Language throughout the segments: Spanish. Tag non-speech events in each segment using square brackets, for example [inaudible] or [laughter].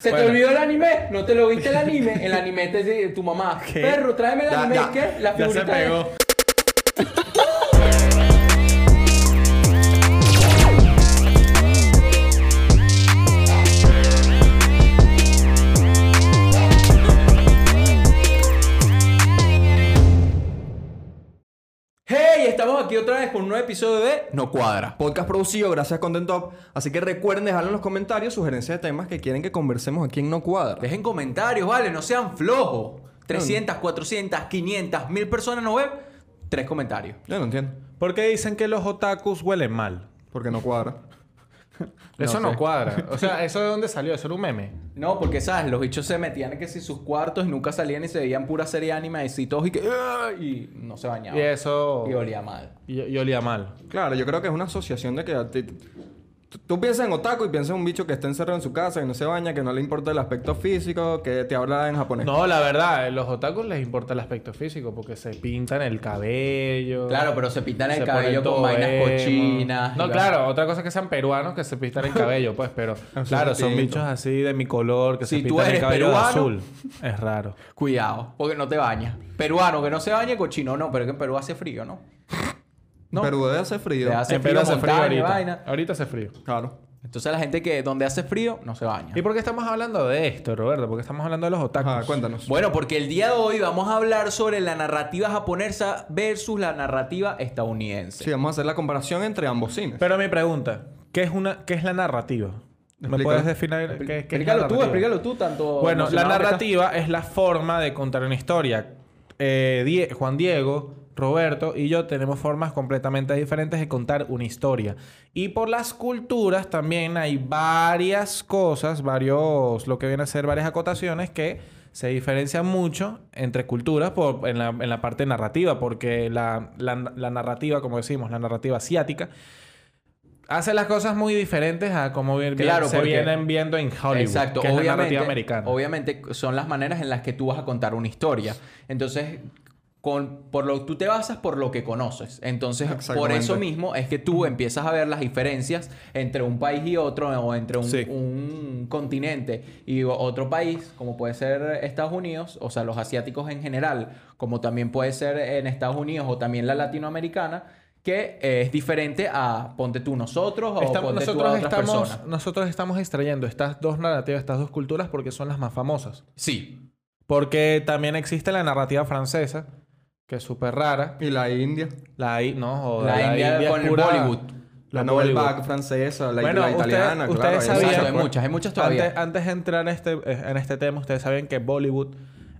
Se Bueno. te olvidó el anime, no te lo viste el anime, el anime te dice tu [laughs] mamá, ¿Qué? perro, tráeme el Ya, anime, ya. ¿qué? La Ya se figurita de- pegó. Hey, estamos aquí otra vez con un nuevo episodio de No cuadra. Podcast producido gracias a Content Top. Así que recuerden dejar en los comentarios sugerencias de temas que quieren que conversemos aquí en No Cuadra. Dejen comentarios, vale, no sean flojos. 300, 400, 500, 1000 personas nos ven, tres comentarios. Yo no entiendo. ¿Por qué dicen que los otakus huelen mal? Porque no cuadra. Eso no, [laughs] sé. cuadra. O sea, ¿eso de dónde salió? ¿Eso era un meme? No, porque sabes, los bichos se metían que si sus cuartos y nunca salían y se veían pura serie de anime y todos y que "Ah", y no se bañaban. Y eso... Y olía mal. Y, y olía mal. Claro, yo creo que es una asociación de que a ti- tú- Tú piensas en otaku y piensas en un bicho que está encerrado en su casa, que no se baña, que no le importa el aspecto físico, que te habla en japonés. No, la verdad, a los otakus les importa el aspecto físico porque se pintan el cabello. Claro, pero se pintan el se cabello ponen con todo vainas emo. cochinas. y No, va- claro, otra cosa es que sean peruanos que se pintan [laughs] el cabello, pues, pero claro, son distinto. bichos así de mi color que Si se tú pintan el eres cabello de peruano- azul. Es raro. Cuidado, porque no te bañas. Peruano que no se bañe, cochino no, pero es que en Perú hace frío, ¿no? No. Perú debe hacer frío. Te hace en frío, Perú hace frío montaña, ahorita. vaina. Ahorita hace frío. Claro. Entonces la gente que donde hace frío no se baña. ¿Y por qué estamos hablando de esto, Roberto? ¿Por qué estamos hablando de los otakus? Ajá, cuéntanos. Bueno, porque el día de hoy vamos a hablar sobre la narrativa japonesa versus la narrativa estadounidense. Sí, vamos a hacer la comparación entre ambos cines. Pero mi pregunta, ¿qué es una qué es la narrativa? ¿Me Explícalo. puedes definir qué, Expli- qué es explícalo tú, narrativa? explícalo tú tanto. Bueno, la emocionado que narrativa es la forma de contar una historia. Eh, Die- Juan Diego, Roberto y yo tenemos formas completamente diferentes de contar una historia. Y por las culturas también hay varias cosas, varios, lo que viene a ser varias acotaciones que se diferencian mucho entre culturas por- en, la, en la parte narrativa, porque la- la- la narrativa, como decimos, la narrativa asiática, hace las cosas muy diferentes a como vi- Claro, se porque- vienen viendo en Hollywood. Exacto, que es la obviamente. narrativa americana. Obviamente son las maneras en las que tú vas a contar una historia. Entonces, con, por lo tú te basas por lo que conoces. Entonces, por Exactamente. eso mismo es que tú empiezas a ver las diferencias entre un país y otro, o entre un, Sí. un continente y o- otro país, como puede ser Estados Unidos, o sea, los asiáticos en general, como también puede ser en Estados Unidos o también la latinoamericana, que es diferente a ponte tú nosotros o ponte Estam- tú a nosotros, otras estamos, personas. nosotros estamos extrayendo estas dos narrativas, estas dos culturas, porque son las más famosas. Sí, Porque también existe la narrativa francesa, que es súper rara. Y la India. La, I- no, joda, La India es con el pura- Bollywood. La La novel Bollywood. bag francesa, la, Bueno, la ustedes- italiana, claro. ustedes hay sabían- muchas, Exacto, hay pues. muchas, hay muchas todavía. Antes, antes de entrar en este, en este tema, ustedes saben que Bollywood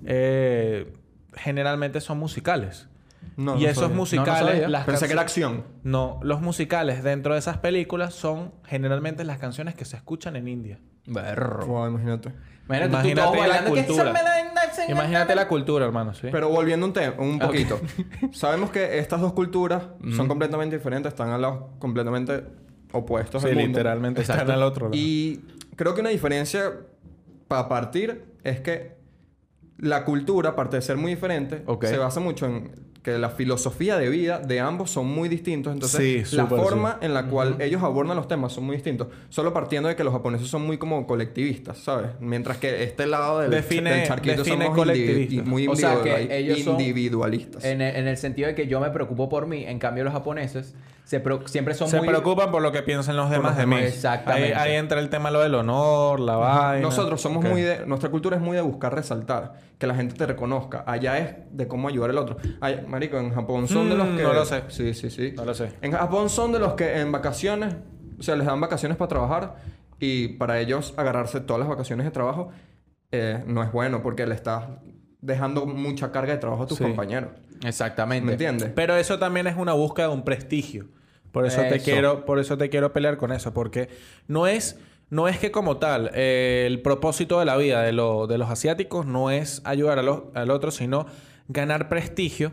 eh, generalmente son musicales. No, y no esos sabía. musicales, No, no las Pensé canciones- que era acción. No, los musicales dentro de esas películas son generalmente las canciones que se escuchan en India. Berro. Wow, imagínate. Imagínate, tú Imagínate todo la bailando, que cultura. se me la- Imagínate la cultura, hermano, ¿sí? Pero volviendo un tema, un Ok. poquito. Sabemos que estas dos culturas son completamente diferentes, están a lados completamente opuestos Sí, del mundo. literalmente Exacto. están al otro lado. Y creo que una diferencia para partir es que la cultura, aparte de ser muy diferente, Ok. se basa mucho en que la filosofía de vida de ambos son muy distintos. Entonces, Sí, la súper, forma en la cual ellos abordan los temas son muy distintos. Solo partiendo de que los japoneses son muy como colectivistas, ¿sabes? Mientras que este lado del, Define- del charquito define son más individu- colectivista. y muy O sea, individuali- que ellos son- individualistas. En el, en el sentido de que yo me preocupo por mí, en cambio los japoneses se pro- siempre son se muy... preocupan por lo que piensan los demás los de mí. demás, exactamente. Ahí, ahí entra el tema lo del honor, la vaina. Nosotros somos Ok. muy de... Nuestra cultura es muy de buscar resaltar. Que la gente te reconozca. Allá es de cómo ayudar al otro. Ay, marico, en Japón son de los Mm, que... no lo sé. Sí, sí, sí. No lo sé. En Japón son de los que en vacaciones... O sea, les dan vacaciones para trabajar. Y para ellos agarrarse todas las vacaciones de trabajo eh, no es bueno. Porque le estás dejando mucha carga de trabajo a tus Sí. compañeros. Exactamente. ¿Me entiendes? Pero eso también es una búsqueda de un prestigio. Por eso, Te Eso. quiero, por eso te quiero pelear con eso, porque no es, no es que como tal eh, el propósito de la vida de, lo- de los asiáticos no es ayudar a los- al otro, sino ganar prestigio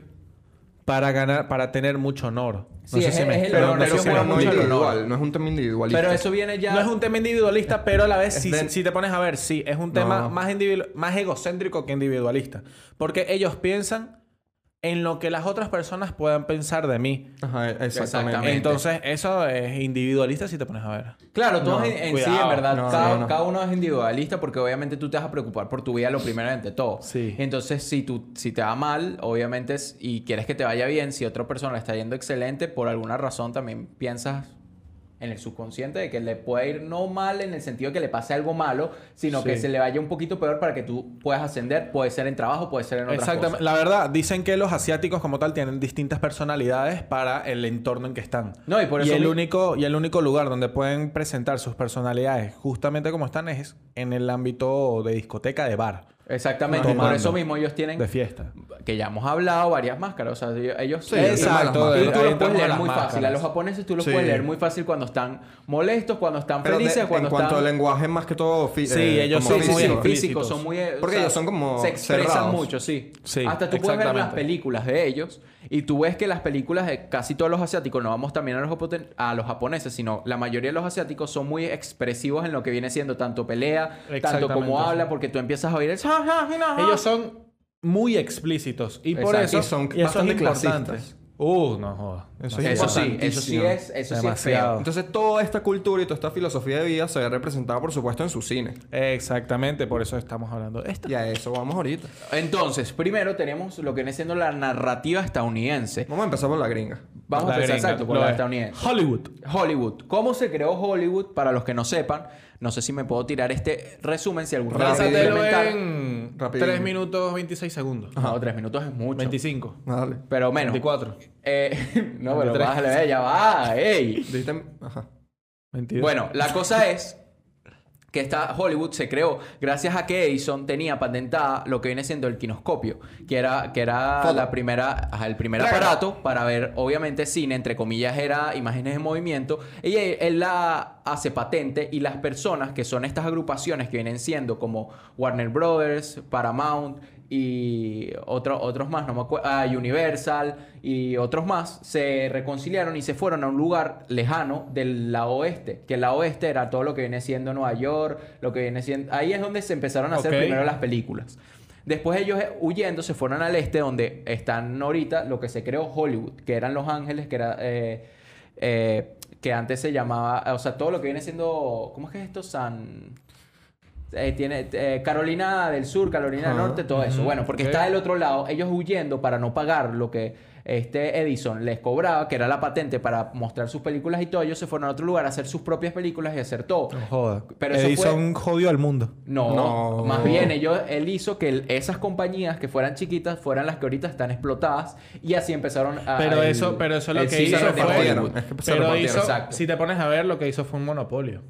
para ganar, para tener mucho honor. No Sí, sé es- si me es el explico. honor, No sé pero si me juega es bueno, muy mucho el explico. honor. individual. No es un tema individualista. Pero eso viene ya... No es un tema individualista, pero a la vez, si, de- si te pones a ver, sí, es un tema No. más, individu- más egocéntrico que individualista. Porque ellos piensan en lo que las otras personas puedan pensar de mí. Ajá, e-, exactamente. Exactamente. Entonces, eso es individualista si te pones a ver. Claro, todos No, en, en sí, en cuidado. verdad, No, cada, no, no. cada uno es individualista porque obviamente tú te vas a preocupar por tu vida lo primero ante todo. Sí. Entonces, si tú, si te va mal, obviamente, es- y quieres que te vaya bien, si otra persona le está yendo excelente, por alguna razón también piensas en el subconsciente de que le puede ir no mal en el sentido que le pase algo malo, sino que Sí. se le vaya un poquito peor para que tú puedas ascender, puede ser en trabajo, puede ser en otras Exactamente. cosas. La verdad, dicen que los asiáticos como tal tienen distintas personalidades para el entorno en que están. No, y por eso el mi- único y el único lugar donde pueden presentar sus personalidades justamente como están es en el ámbito de discoteca, de bar, Exactamente, Tomando. por eso mismo ellos tienen de fiesta. que ya hemos hablado varias máscaras, o sea, ellos Sí, el tema de las máscaras. ahí tú los entramos puedes a leer las muy máscaras. fácil. A los japoneses tú los Sí. puedes leer muy fácil cuando están molestos, cuando están Pero de- felices, cuando en cuanto están... al lenguaje, más que todo. fi- Sí, eh, ellos como Sí, son sí, físico. sí, explícitos. físicos, son muy... o Porque ellos son como Se expresan cerrados. mucho, sí. Sí, Hasta tú puedes ver las exactamente. películas de ellos y tú ves que las películas de casi todos los asiáticos, no vamos también a los, japote- a los japoneses, sino la mayoría de los asiáticos son muy expresivos en lo que viene siendo tanto pelea, tanto como Exactamente, sí. habla, porque tú empiezas a oír el... "Ja, ja, ja, ja". Ellos son muy explícitos Ah. y por Exacto. eso Y son y eso es bastante importante. clasistas. Uh, no joda. Eso No es Eso joda. sí, eso sí Importantísimo. es... Eso sí es Demasiado. feo. Entonces, toda esta cultura y toda esta filosofía de vida se ve representada, por supuesto, en su cine. Exactamente, por eso estamos hablando de esto. Y a eso vamos ahorita. Entonces, primero tenemos lo que viene siendo la narrativa estadounidense. Vamos a empezar por la gringa. Vamos a La empezar gringa, exacto por lo la es. estadounidense. Hollywood. Hollywood. ¿Cómo se creó Hollywood? Para los que no sepan, no sé si me puedo tirar este resumen, si algún día Rapidito. se Lánzatelo implementar. Mm, en Rapidito. 3 minutos 26 segundos. No, tres minutos es mucho. 25. Ah, dale. Pero menos. 24. Eh, [laughs] no, pero 23. bájale, eh, ya va, ey. Dijiste- Ajá. 22. Bueno, la cosa es que esta Hollywood se creó gracias a que Edison tenía patentada lo que viene siendo el kinoscopio, que era, que era Foto. la primera, ajá, el primer Claro. aparato para ver, obviamente, cine, entre comillas, era imágenes en movimiento. Y él, él la hace patente y las personas que son estas agrupaciones que vienen siendo como Warner Brothers, Paramount y otro- otros más, no me acuerdo, ah, Universal y otros más, se reconciliaron y se fueron a un lugar lejano del la oeste, que la oeste era todo lo que viene siendo Nueva York, lo que viene siendo... Ahí es donde se empezaron a hacer Ok. primero las películas. Después ellos eh, huyendo se fueron al este donde están ahorita lo que se creó Hollywood, que eran Los Ángeles, que era eh, eh, que antes se llamaba, o sea, todo lo que viene siendo, ¿cómo es que es esto? San eh, tiene eh, Carolina del Sur, Carolina del Ajá. Norte, todo eso. Bueno, porque ok. está del otro lado, ellos huyendo para no pagar lo que este Edison les cobraba, que era la patente para mostrar sus películas y todo, ellos se fueron a otro lugar a hacer sus propias películas y hacer todo. No joda. Pero eso Edison jodió al mundo. No, No. más bien ellos, él hizo que el- esas compañías que fueran chiquitas fueran las que ahorita están explotadas y así empezaron a... Pero Ah, el- eso, pero eso lo el que cine hizo de fue. Hollywood. Es que se pero repartieron, hizo, exacto. si te pones a ver, lo que hizo fue un monopolio.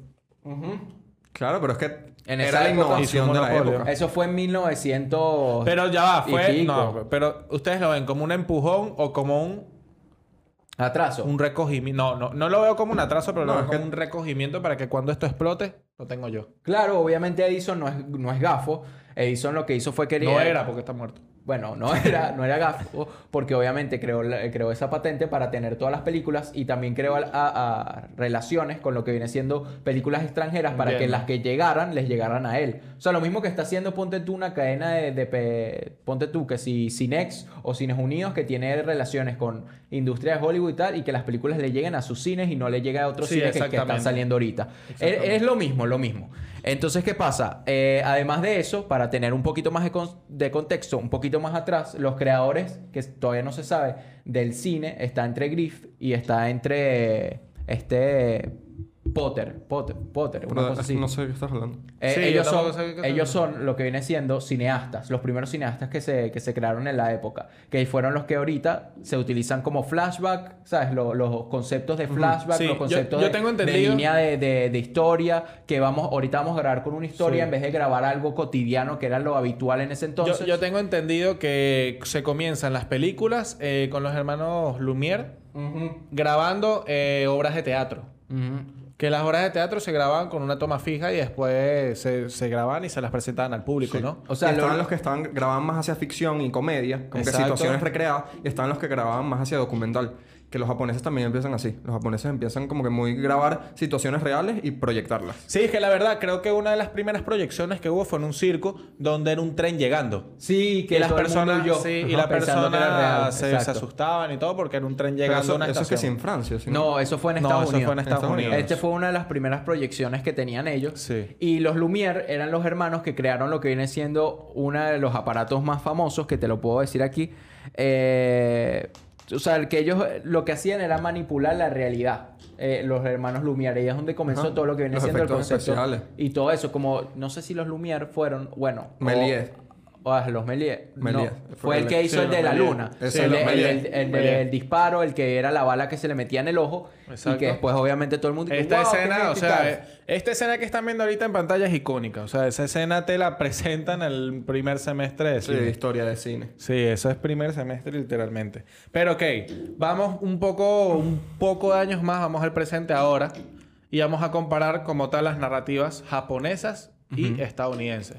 Claro, pero es que En esa era la época- innovación de la Monopolio. época. Eso fue en 1900... Pero ya va, Y fue. pico. No, pero ustedes lo ven como un empujón o como un, Atraso. un recogimiento. No, no, no lo veo como un atraso, pero No, lo veo es que- como un recogimiento para que cuando esto explote, lo tengo yo. Claro, obviamente Edison no es, no es gafo. Edison lo que hizo fue querer... No era porque está muerto. Bueno, [laughs] no era, no era gafo, porque obviamente creó, la- creó esa patente para tener todas las películas y también creó al- a, a relaciones con lo que viene siendo películas extranjeras para que Entiendo. las que llegaran les llegaran a él. O sea, lo mismo que está haciendo Ponte tú una cadena de, de pe- Ponte tú que si Cinex o Cines Unidos que tiene relaciones con industria de Hollywood y tal y que las películas le lleguen a sus cines y no le lleguen a otros Sí, cines que- que, están exactamente. saliendo ahorita. Es, es lo mismo, lo mismo. Entonces, ¿qué pasa? Eh, además de eso, para tener un poquito más de, con- de contexto, un poquito más atrás, los creadores, que todavía no se sabe, del cine, está entre Griff y está entre eh, este Potter, Potter, Potter, una Pero, cosa así. No sé de qué estás hablando. Eh, Sí, yo ellos, tampoco son, sé qué- qué- ellos son lo que viene siendo cineastas, los primeros cineastas que se, que se crearon en la época, que fueron los que ahorita se utilizan como flashback, ¿sabes? Lo- los conceptos de flashback, Sí, los yo- conceptos yo de- tengo de, entendido- línea de, de- de historia, que vamos, ahorita vamos a grabar con una historia Sí. en vez de grabar algo cotidiano que era lo habitual en ese Yo- entonces. Yo, tengo entendido que se comienzan las películas eh, con los hermanos Lumière Ujú, grabando eh, obras de teatro. ujú. Que las obras de teatro se grababan con una toma fija y después se, se grababan y se las presentaban al público, ¿no? O sea, Y estaban lo- los que estaban grababan más hacia ficción y comedia, como Exacto. que situaciones recreadas, y estaban los que grababan más hacia documental. Que los japoneses también empiezan así. Los japoneses empiezan como que muy grabar situaciones reales y proyectarlas. Sí, es que la verdad, creo que una de las primeras proyecciones que hubo fue en un circo donde era un tren llegando. Sí, Y las personas, yo, sí, y las personas se, se asustaban y todo porque era un tren llegando Pero a una eso, eso es que sí estación. en Francia. ¿sí? No, eso fue en No, Estados eso fue Unidos. en Estados Unidos. Este fue una de las primeras proyecciones que tenían ellos. Sí. Y los Lumière eran los hermanos que crearon lo que viene siendo uno de los aparatos más famosos, que te lo puedo decir aquí. Eh, o sea, que ellos eh, lo que hacían era manipular la realidad. Eh, los hermanos Lumière. Y es donde comenzó Ajá. todo lo que viene Los siendo el efectos concepto. especiales. Y todo eso. Como, no sé si los Lumière fueron, bueno... o- Méliès. O, ah, los Méliès. No, Méliès. fue el que hizo Sí, el de los la Méliès. luna. Ese el, los de- el- Méliès. el- el Méliès. del disparo, el que era la bala que se le metía en el ojo. Y Exacto. que después, obviamente, todo el mundo... Esta "Wow, qué escena, o sea, identitario". eh, esta escena que están viendo ahorita en pantalla es icónica. O sea, esa escena te la presentan el primer semestre de Sí, cine. historia de cine. Sí, eso es primer semestre literalmente. Pero ok, vamos un poco, un poco de años más, vamos al presente ahora y vamos a comparar como tal las narrativas japonesas y estadounidenses.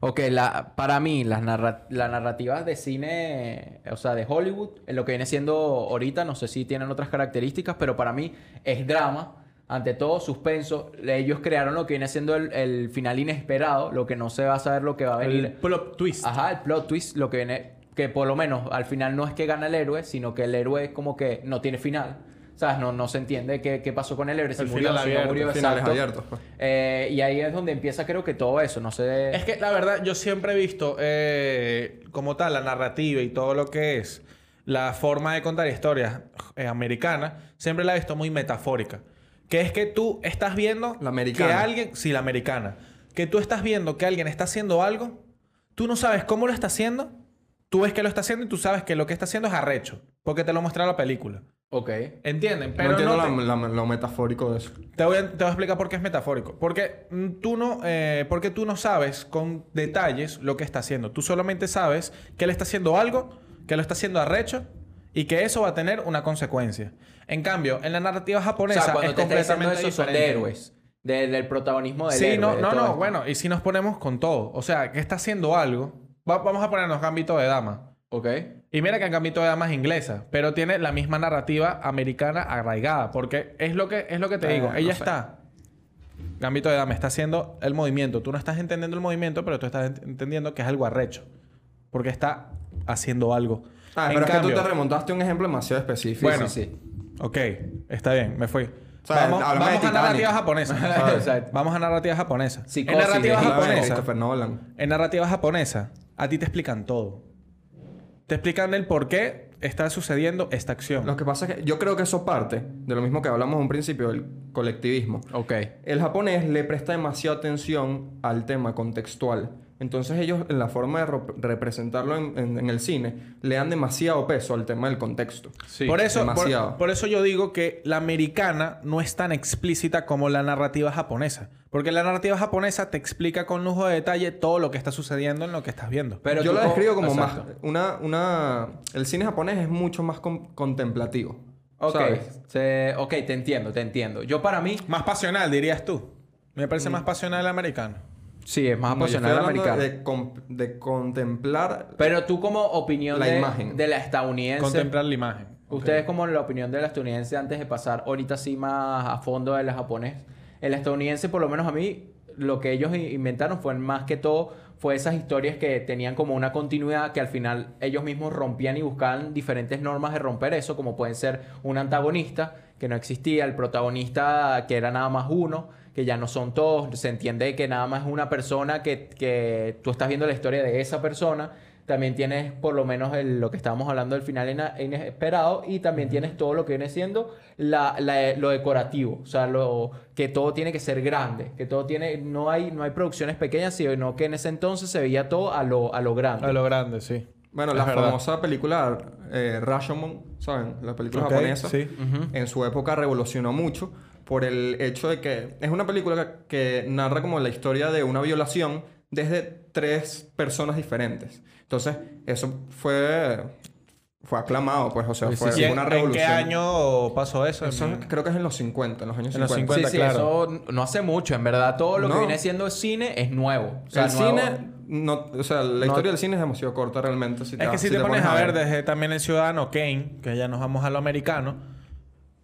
Ok, la, para mí, las narra- la narrativa de cine, o sea, de Hollywood, en lo que viene siendo ahorita, no sé si tienen otras características, pero para mí es drama, ante todo suspenso. Ellos crearon lo que viene siendo el, el final inesperado, lo que no se va a saber lo que va a venir. El plot twist. Ajá, el plot twist, lo que viene, que por lo menos al final no es que gana el héroe, sino que el héroe es como que no tiene final. ¿Sabes? No, no se entiende qué, qué pasó con el héroe, si El murió, final si no abierto, murió, finales exacto. abiertos, pues. Eh, y ahí es donde empieza creo que todo eso, no sé... Es que la verdad, yo siempre he visto eh, como tal la narrativa y todo lo que es la forma de contar historias eh, americana, siempre la he visto muy metafórica. Que es que tú estás viendo La americana. que alguien, sí, la americana, que tú estás viendo que alguien está haciendo algo, tú no sabes cómo lo está haciendo, tú ves que lo está haciendo y tú sabes que lo que está haciendo es arrecho, porque te lo muestra la película. Ok. ¿Entienden? no Pero entiendo no te- la- la- lo metafórico de eso. te voy, a, te voy a explicar por qué es metafórico. Porque mm, tú, no, eh, porque tú no sabes con detalles lo que está haciendo. Tú solamente sabes que él está haciendo algo, que lo está haciendo arrecho y que eso va a tener una consecuencia. En cambio, en la narrativa O japonesa sea, cuando es te está diciendo completamente eso son de diferente. héroes. de- del protagonismo del sí, héroe. no, de no, todo no. esto. Bueno, y si nos ponemos con todo. O sea, que está haciendo algo. Va- vamos a ponernos Gambito de Dama. Ok. Y mira que en Gambito de Dama es inglesa, pero tiene la misma narrativa americana arraigada, porque es lo que, es lo que te Ah, digo, no ella sé. está. Gambito de Dama está haciendo el movimiento, tú no estás entendiendo el movimiento, pero tú estás ent- entendiendo que es algo arrecho, porque está haciendo algo. Ah, En pero es que cambio- tú te remontaste a un ejemplo demasiado específico. Bueno. sí, sí. Ok, está bien, me fui. sea, vamos hablamos vamos de a Titanic. narrativa [laughs] japonesa. Exacto. vamos a narrativa japonesa. Psicosis, en narrativa de Clave de japonesa. Christopher Nolan. En narrativa japonesa, a ti te explican todo. Te explican el por qué está sucediendo esta acción. Lo que pasa es que yo creo que eso parte de lo mismo que hablamos en un principio, del colectivismo. Ok. El japonés le presta demasiada atención al tema contextual. Entonces ellos, en la forma de rep- representarlo en, en- en el cine, le dan demasiado peso al tema del contexto. Sí. por, eso, por, demasiado. por eso yo digo que la americana no es tan explícita como la narrativa japonesa. Porque la narrativa japonesa te explica con lujo de detalle todo lo que está sucediendo en lo que estás viendo. Pero yo tú lo co- describo como Exacto. más... Una, una... El cine japonés es mucho más con- contemplativo. Ok. ¿sabes? Se- ok, te entiendo, te entiendo. Yo para mí... Más pasional, dirías tú. Me Mm. parece más pasional el americano. Sí, es más No, yo estoy apasionado el hablando americano. De, comp- de contemplar Pero tú como opinión La de, imagen. de la estadounidense... Contemplar la imagen. Ustedes como la opinión de la estadounidense antes de pasar ahorita sí más a fondo de la japonés. El estadounidense, por lo menos a mí, lo que ellos i- inventaron fue más que todo fue esas historias que tenían como una continuidad que al final ellos mismos rompían y buscaban diferentes normas de romper eso, como pueden ser un antagonista que no existía, el protagonista que era nada más uno, que ya no son todos, se entiende que nada más es una persona que, que tú estás viendo la historia de esa persona, también tienes por lo menos el- lo que estábamos hablando del final ina- inesperado y también tienes todo lo que viene siendo la, la- lo decorativo, o sea, lo, que todo tiene que ser grande, que todo tiene, no hay, no hay producciones pequeñas, sino que en ese entonces se veía todo a lo, a lo grande. A lo grande, sí. Bueno, Es la verdad. famosa película eh, Rashomon, ¿saben? La película Ok, japonesa. sí. En su época revolucionó mucho por el hecho de que es una película que narra como la historia de una violación desde tres personas diferentes. Entonces, eso fue fue aclamado, pues, o sea, Sí, sí, fue sí. ¿Y en, una en revolución. qué año pasó eso? Eso En- creo que es en los 50, en los años En los 50. cuenta, sí, sí, claro. eso no hace mucho, en verdad todo lo que No. viene siendo cine es nuevo. O sea, el nuevo- cine no, o sea, No- la historia del cine es demasiado corta realmente. Si Es que si, te, pones, a ver, desde también el ciudadano Kane, que ya nos vamos a lo americano,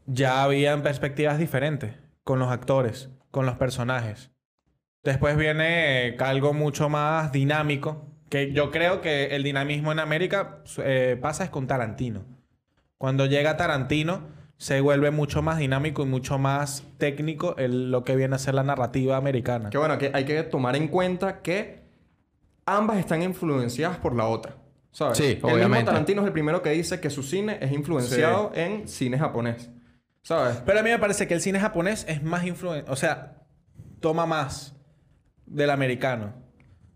ya habían perspectivas diferentes con los actores, con los personajes. Después viene eh, algo mucho más dinámico, que yo creo que el dinamismo en América su- eh, pasa es con Tarantino. Cuando llega Tarantino, se vuelve mucho más dinámico y mucho más técnico el- lo que viene a ser la narrativa americana. Que bueno, que hay que tomar en cuenta que ambas están influenciadas por la otra. ¿Sabes? Sí, El obviamente. mismo Tarantino es el primero que dice que su cine es influenciado en cine japonés. ¿Sabes? Pero a mí me parece que el cine japonés es más influente, o sea, toma más del americano.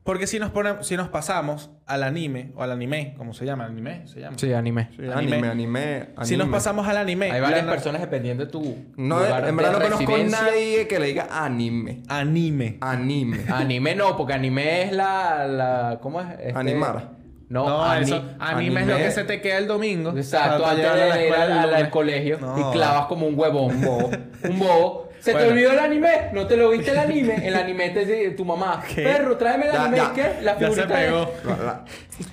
Porque si nos pone- si nos pasamos al anime o al anime, ¿cómo se llama? ¿Anime? ¿Se llama? Sí, anime. Sí, anime, anime, anime. Si nos pasamos al anime, Hay varias la- personas dependiendo de tu. No, lugar en verdad de no conozco a residencia. nadie que le diga anime. anime. Anime. Anime no, porque anime es la. la ¿Cómo es? Este- Animar. No, No, ani- eso, ah, anime, es lo anime. que se te queda el domingo. Exacto, para antes llegar a la de ir escuela al, el al- al lunes. colegio No. y clavas como un huevón. Un bobo. [laughs] un bobo. ¿Se te Bueno. olvidó el anime? ¿No [laughs] te lo viste el anime? El anime te dice tu mamá. ¿Qué? Perro, tráeme el Ya, anime. ya. ¿Qué? La Ya figurita. se pegó. La- la-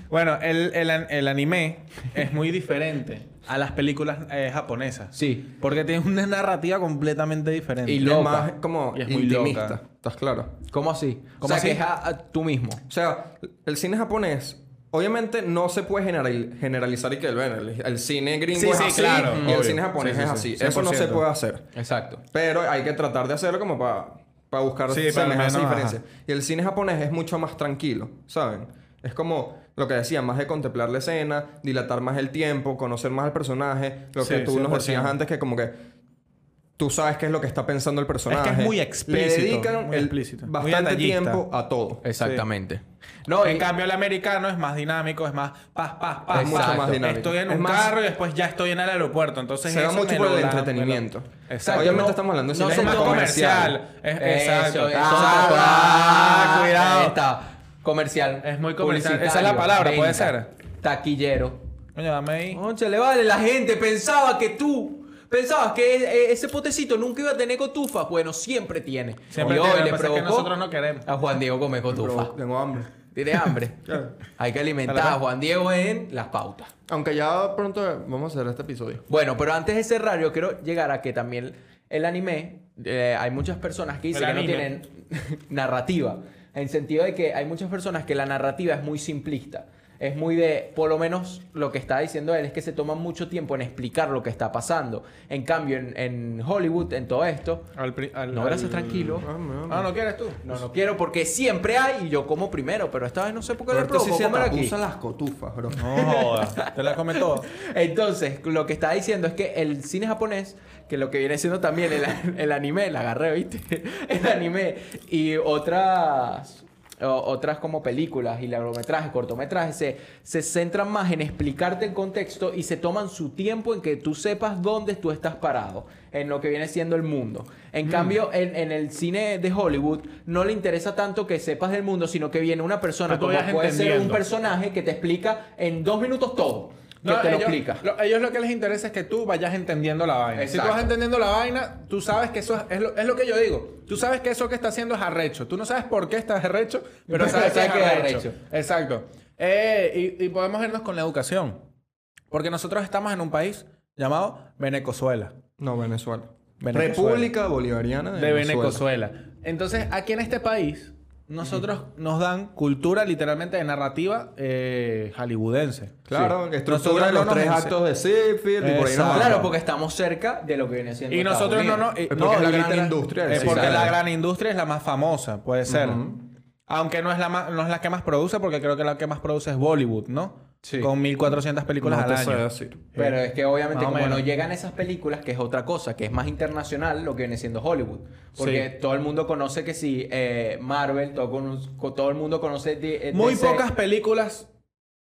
Bueno, el, el an- el anime es muy diferente a las películas eh, japonesas. Sí. Porque tiene una narrativa completamente [laughs] diferente. Y Es Loca. más como Y es muy intimista. loca. ¿Estás claro? de- ¿Cómo así? ¿Cómo o sea, así? que es a- a tú mismo. O sea, el cine japonés, obviamente no se puede general- generalizar y que bueno, el, el cine gringo Sí, es sí, así claro, y obvio. el cine japonés Sí, sí, es sí, así. Eso no se 100%. puede hacer. Exacto. Pero hay que tratar de hacerlo como para buscar Sí, por lo menos, semejanza y diferencia. Y el cine japonés es mucho más tranquilo, ¿saben? Es como lo que decía, más de contemplar la escena, dilatar más el tiempo, conocer más al personaje. Lo que Sí, tú nos 100%. decías antes, que como que tú sabes qué es lo que está pensando el personaje. muy explícito, Le dedican muy el- explícito, muy bastante detallista. tiempo a todo. Exactamente. No, en y- cambio, el americano es más dinámico, es más paz, paz, paz. Es mucho paz. más dinámico. Estoy en Es un más- carro y después ya estoy en el aeropuerto. Entonces, se va eso me mucho por lo el da- entretenimiento. Exacto. Obviamente No- estamos hablando de no cine se Es más Exacto. comercial. Es- exacto. Eso, eso. Ah, Ah, ah, Ahí cuidado. está. Comercial. Es muy comercial. Publicitario, Esa es la palabra, venta, puede ser. Taquillero. Coño, dame ahí. le vale, la gente pensaba que tú. Pensabas que eh, ese potecito nunca iba a tener cotufa. Bueno, siempre tiene. Siempre y tiene, hoy lo que le pasa es que provocó nosotros no queremos. a Juan Diego comer cotufa. Pero tengo hambre. Tiene [laughs] hambre. Hay que alimentar a Dale, Juan Diego en las pautas. Aunque ya pronto vamos a cerrar este episodio. Bueno, pero antes de cerrar, yo quiero llegar a que también el anime, eh, hay muchas personas que dicen El que no anime. tienen [laughs] narrativa. En sentido de que hay muchas personas que la narrativa es muy simplista. Es muy de, por lo menos lo que está diciendo él, es que se toma mucho tiempo en explicar lo que está pasando. En cambio, en, en Hollywood, en todo esto, Al pri- al- no, gracias, al- tranquilo. Ah, ¿no quieres tú? No, no quiero porque siempre hay y yo como primero, pero esta vez no sé por qué lo Roberto sí provoco se comer aquí. abusan las cotufas, bro. No jodas. Te la come todo. [laughs] Entonces, lo que está diciendo es que el cine japonés, que lo que viene siendo también el, [laughs] el anime, la agarré, ¿viste? [laughs] El anime y otras o- otras como películas y largometrajes, cortometrajes, se, se centran más en explicarte el contexto y se toman su tiempo en que tú sepas dónde tú estás parado, en lo que viene siendo el mundo. Mm. En cambio, en, en el cine de Hollywood no le interesa tanto que sepas del mundo, sino que viene una persona, Que tú como vayas puede ser un entendiendo. personaje que te explica en dos minutos todo, que No, te lo ellos, explica. lo- ellos lo que les interesa es que tú vayas entendiendo la vaina. Si Exacto. tú vas entendiendo la vaina, tú sabes que eso es, es lo, es lo que yo digo. Tú sabes que eso que está haciendo es arrecho. Tú no sabes por qué estás arrecho, Pero pero sabes que es sabes que es arrecho. arrecho. Exacto. Eh, y, y podemos irnos con la educación. Porque nosotros estamos en un país llamado Venezuela. No, Venezuela. Venezuela. República Bolivariana de, de Venezuela. Venezuela. Entonces, aquí en este país, nosotros nos dan cultura literalmente de narrativa eh, hollywoodense. Claro, Sí. Nosotros estructura de no los nos tres ense- actos de Seafield y por ahí Exacto. nos Claro, vamos. porque estamos cerca de lo que viene siendo. Y Estados nosotros no Unidos. nos. eh, Porque no, es la y gran literal- industria del eh, cine. porque la Claro. gran industria es la más famosa, puede ser. Aunque no es, la más, no es la que más produce, porque creo que la que más produce es Bollywood, ¿no? Sí. Con 1400 películas No al te año. sé decir. Pero es que obviamente, Más o como no menos. llegan esas películas, que es otra cosa, que es más internacional lo que viene siendo Hollywood. Porque Sí. todo el mundo conoce que si eh, Marvel, todo, con- con- todo el mundo conoce. D- eh, Muy DC. pocas películas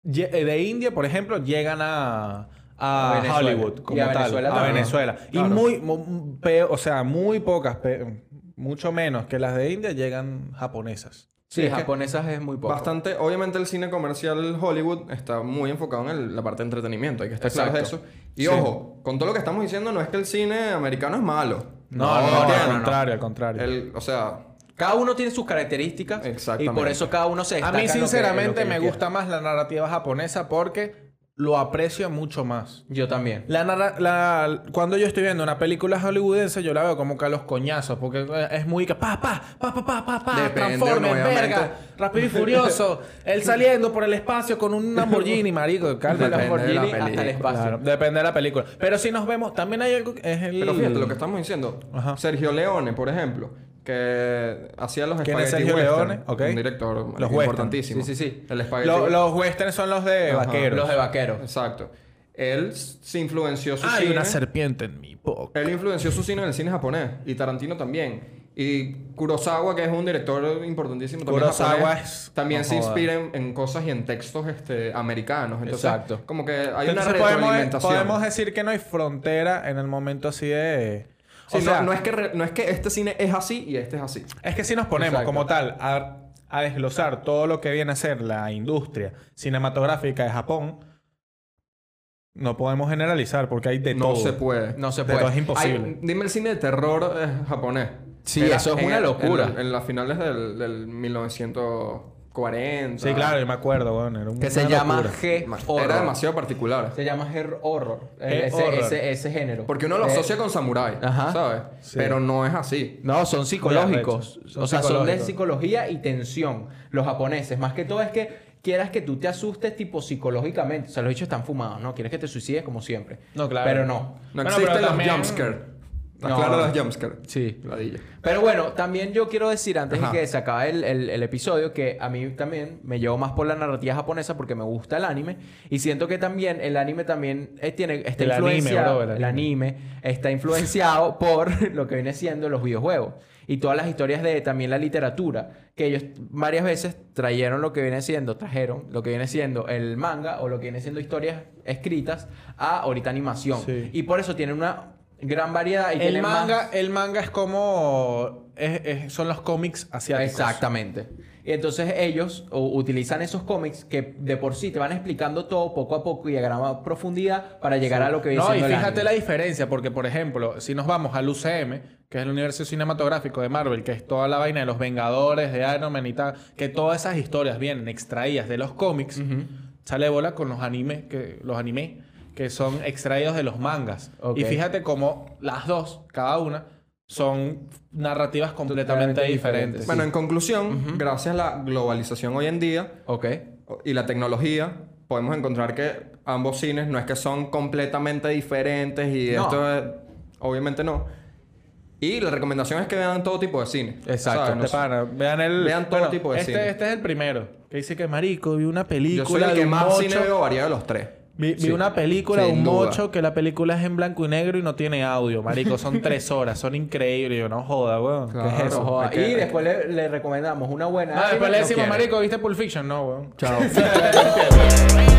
ye- eh, de India, por ejemplo, llegan a, a A Venezuela. Hollywood como Y a tal, Venezuela a también. Venezuela. Claro. Y muy, mu- pe- o sea, muy pocas, pe- mucho menos que las de India llegan japonesas. Sí, Sí, es que- japonesas es muy poco. Bastante, obviamente el cine comercial Hollywood está muy enfocado en el- la parte de entretenimiento, hay que estar claro de Exacto. eso. Y ojo, con todo lo que estamos diciendo, no es que el cine americano es malo. No, no, al no, no, entiendo. no. contrario, al contrario. El- o sea, Cada uno tiene sus características. Y por Exactamente. eso cada uno se A destaca en mí, lo que- en lo sinceramente, que me él quiere. gusta más la narrativa japonesa porque lo aprecio mucho más. Yo también. La narra- la- cuando yo estoy viendo una película hollywoodense, yo la veo como que a los coñazos, porque eh, es muy que pa, pa, pa, pa, pa, pa, pa, Depende, Transformers, obviamente. verga, rápido y [laughs] furioso, él saliendo por el espacio con un Lamborghini, marico, calma, Depende Lamborghini. Ah, de la Lamborghini hasta el espacio. Claro, depende de la película. Pero si nos vemos, también hay algo que es el. Pero fíjate lo que estamos diciendo. Ajá. Sergio Leone, por ejemplo, que hacía los ¿Quién es Spaghetti Sergio western, Leone? Ok. Un director Los importantísimo. western. Sí, sí, sí. El Spaghetti Lo- western. los westerns son los de Ajá. vaqueros. Los de vaqueros. Exacto. Él se influenció su Hay cine. una serpiente en mi boca. Él influenció su cine en el cine japonés. Y Tarantino también. Y Kurosawa, que es un director importantísimo también Kurosawa japonés, es- También no se joda. inspira en, en cosas y en textos este, americanos. Entonces, Exacto. Como que hay Entonces una podemos, retroalimentación. podemos decir que no hay frontera en el momento así de... Sí, o no- sea, no, es que re- no es que este cine es así y este es así. Es que si nos ponemos Exacto. como tal a, a desglosar todo lo que viene a ser la industria cinematográfica de Japón, no podemos generalizar porque hay de no todo. se puede. No se De puede. todo es imposible. Ay, dime el cine de terror eh, japonés. Sí, eso es en una el- locura. En, en las finales del, del 1940. Sí, claro, yo me acuerdo, bueno, era un- Que se una llama locura. G-Horror. Era demasiado particular. Se llama G-Horror. G Ese, horror. ese, ese género. Porque uno lo Eh, asocia con samurái, Ajá. ¿sabes? Sí. Pero no es así. No, son psicológicos. arrecho. Son o sea, son de psicológicos. psicología y tensión. Los japoneses. Más que todo es que quieras que tú te asustes tipo psicológicamente. O sea, los bichos están fumados, ¿no? Quieres que te suicides como siempre. No, claro. Pero no. No Bueno, pero existen los también- jumpscare. No. Claro, los jumpscare. Sí. Ladilla. Pero bueno, también yo quiero decir, antes Ajá. de que se acabe el, el- el episodio, que a mí también me llevo más por la narrativa japonesa porque me gusta el anime. Y siento que también el anime también eh, tiene, está El anime, influenciado. bro, el el anime. está influenciado [laughs] por lo que viene siendo los videojuegos. Y todas las historias de también la literatura. Que ellos varias veces trajeron lo que viene siendo, trajeron lo que viene siendo el manga o lo que viene siendo historias escritas a ahorita animación. Sí. Y por eso tienen una gran variedad. Y El tienen más- manga, el manga es como... es- es- son los cómics asiáticos. Exactamente. Y entonces ellos u- utilizan esos cómics que de por sí te van explicando todo poco a poco y a gran profundidad para llegar a lo que viene No, y siendo el fíjate la anime. diferencia, porque por ejemplo, si nos vamos al UCM, que es el universo cinematográfico de Marvel, que es toda la vaina de los Vengadores, de Iron Man y tal, que todas esas historias vienen extraídas de los cómics, sale bola con los animes, que, los anime, que son extraídos de los mangas. Ok. Y fíjate cómo las dos, cada una, son narrativas completamente Totalmente diferentes. diferentes. Bueno, en conclusión, gracias a la globalización hoy en día, Ok. y la tecnología, podemos encontrar que ambos cines no es que son completamente diferentes y No. esto es- obviamente no. Y la recomendación es que vean todo tipo de cine. Exacto, ¿Sabes? No De sé. pana. Vean el... Vean todo tipo de este, cine. Este es el primero. Que dice que, marico, vi una Yo película soy el de que un más mocho". cine veo variado de los tres. Vi, vi Sí. una película de Sin un duda. mocho que la película es en blanco y negro y no tiene audio, marico. [laughs] Son tres horas, son increíbles. Yo, no joda, weón. ¿Qué es Claro, eso? No joda. hay que- y después le, le recomendamos una buena. Ah, después anime le que no decimos, quiere. [laughs] marico, ¿viste Pulp Fiction? No, weón. Chao.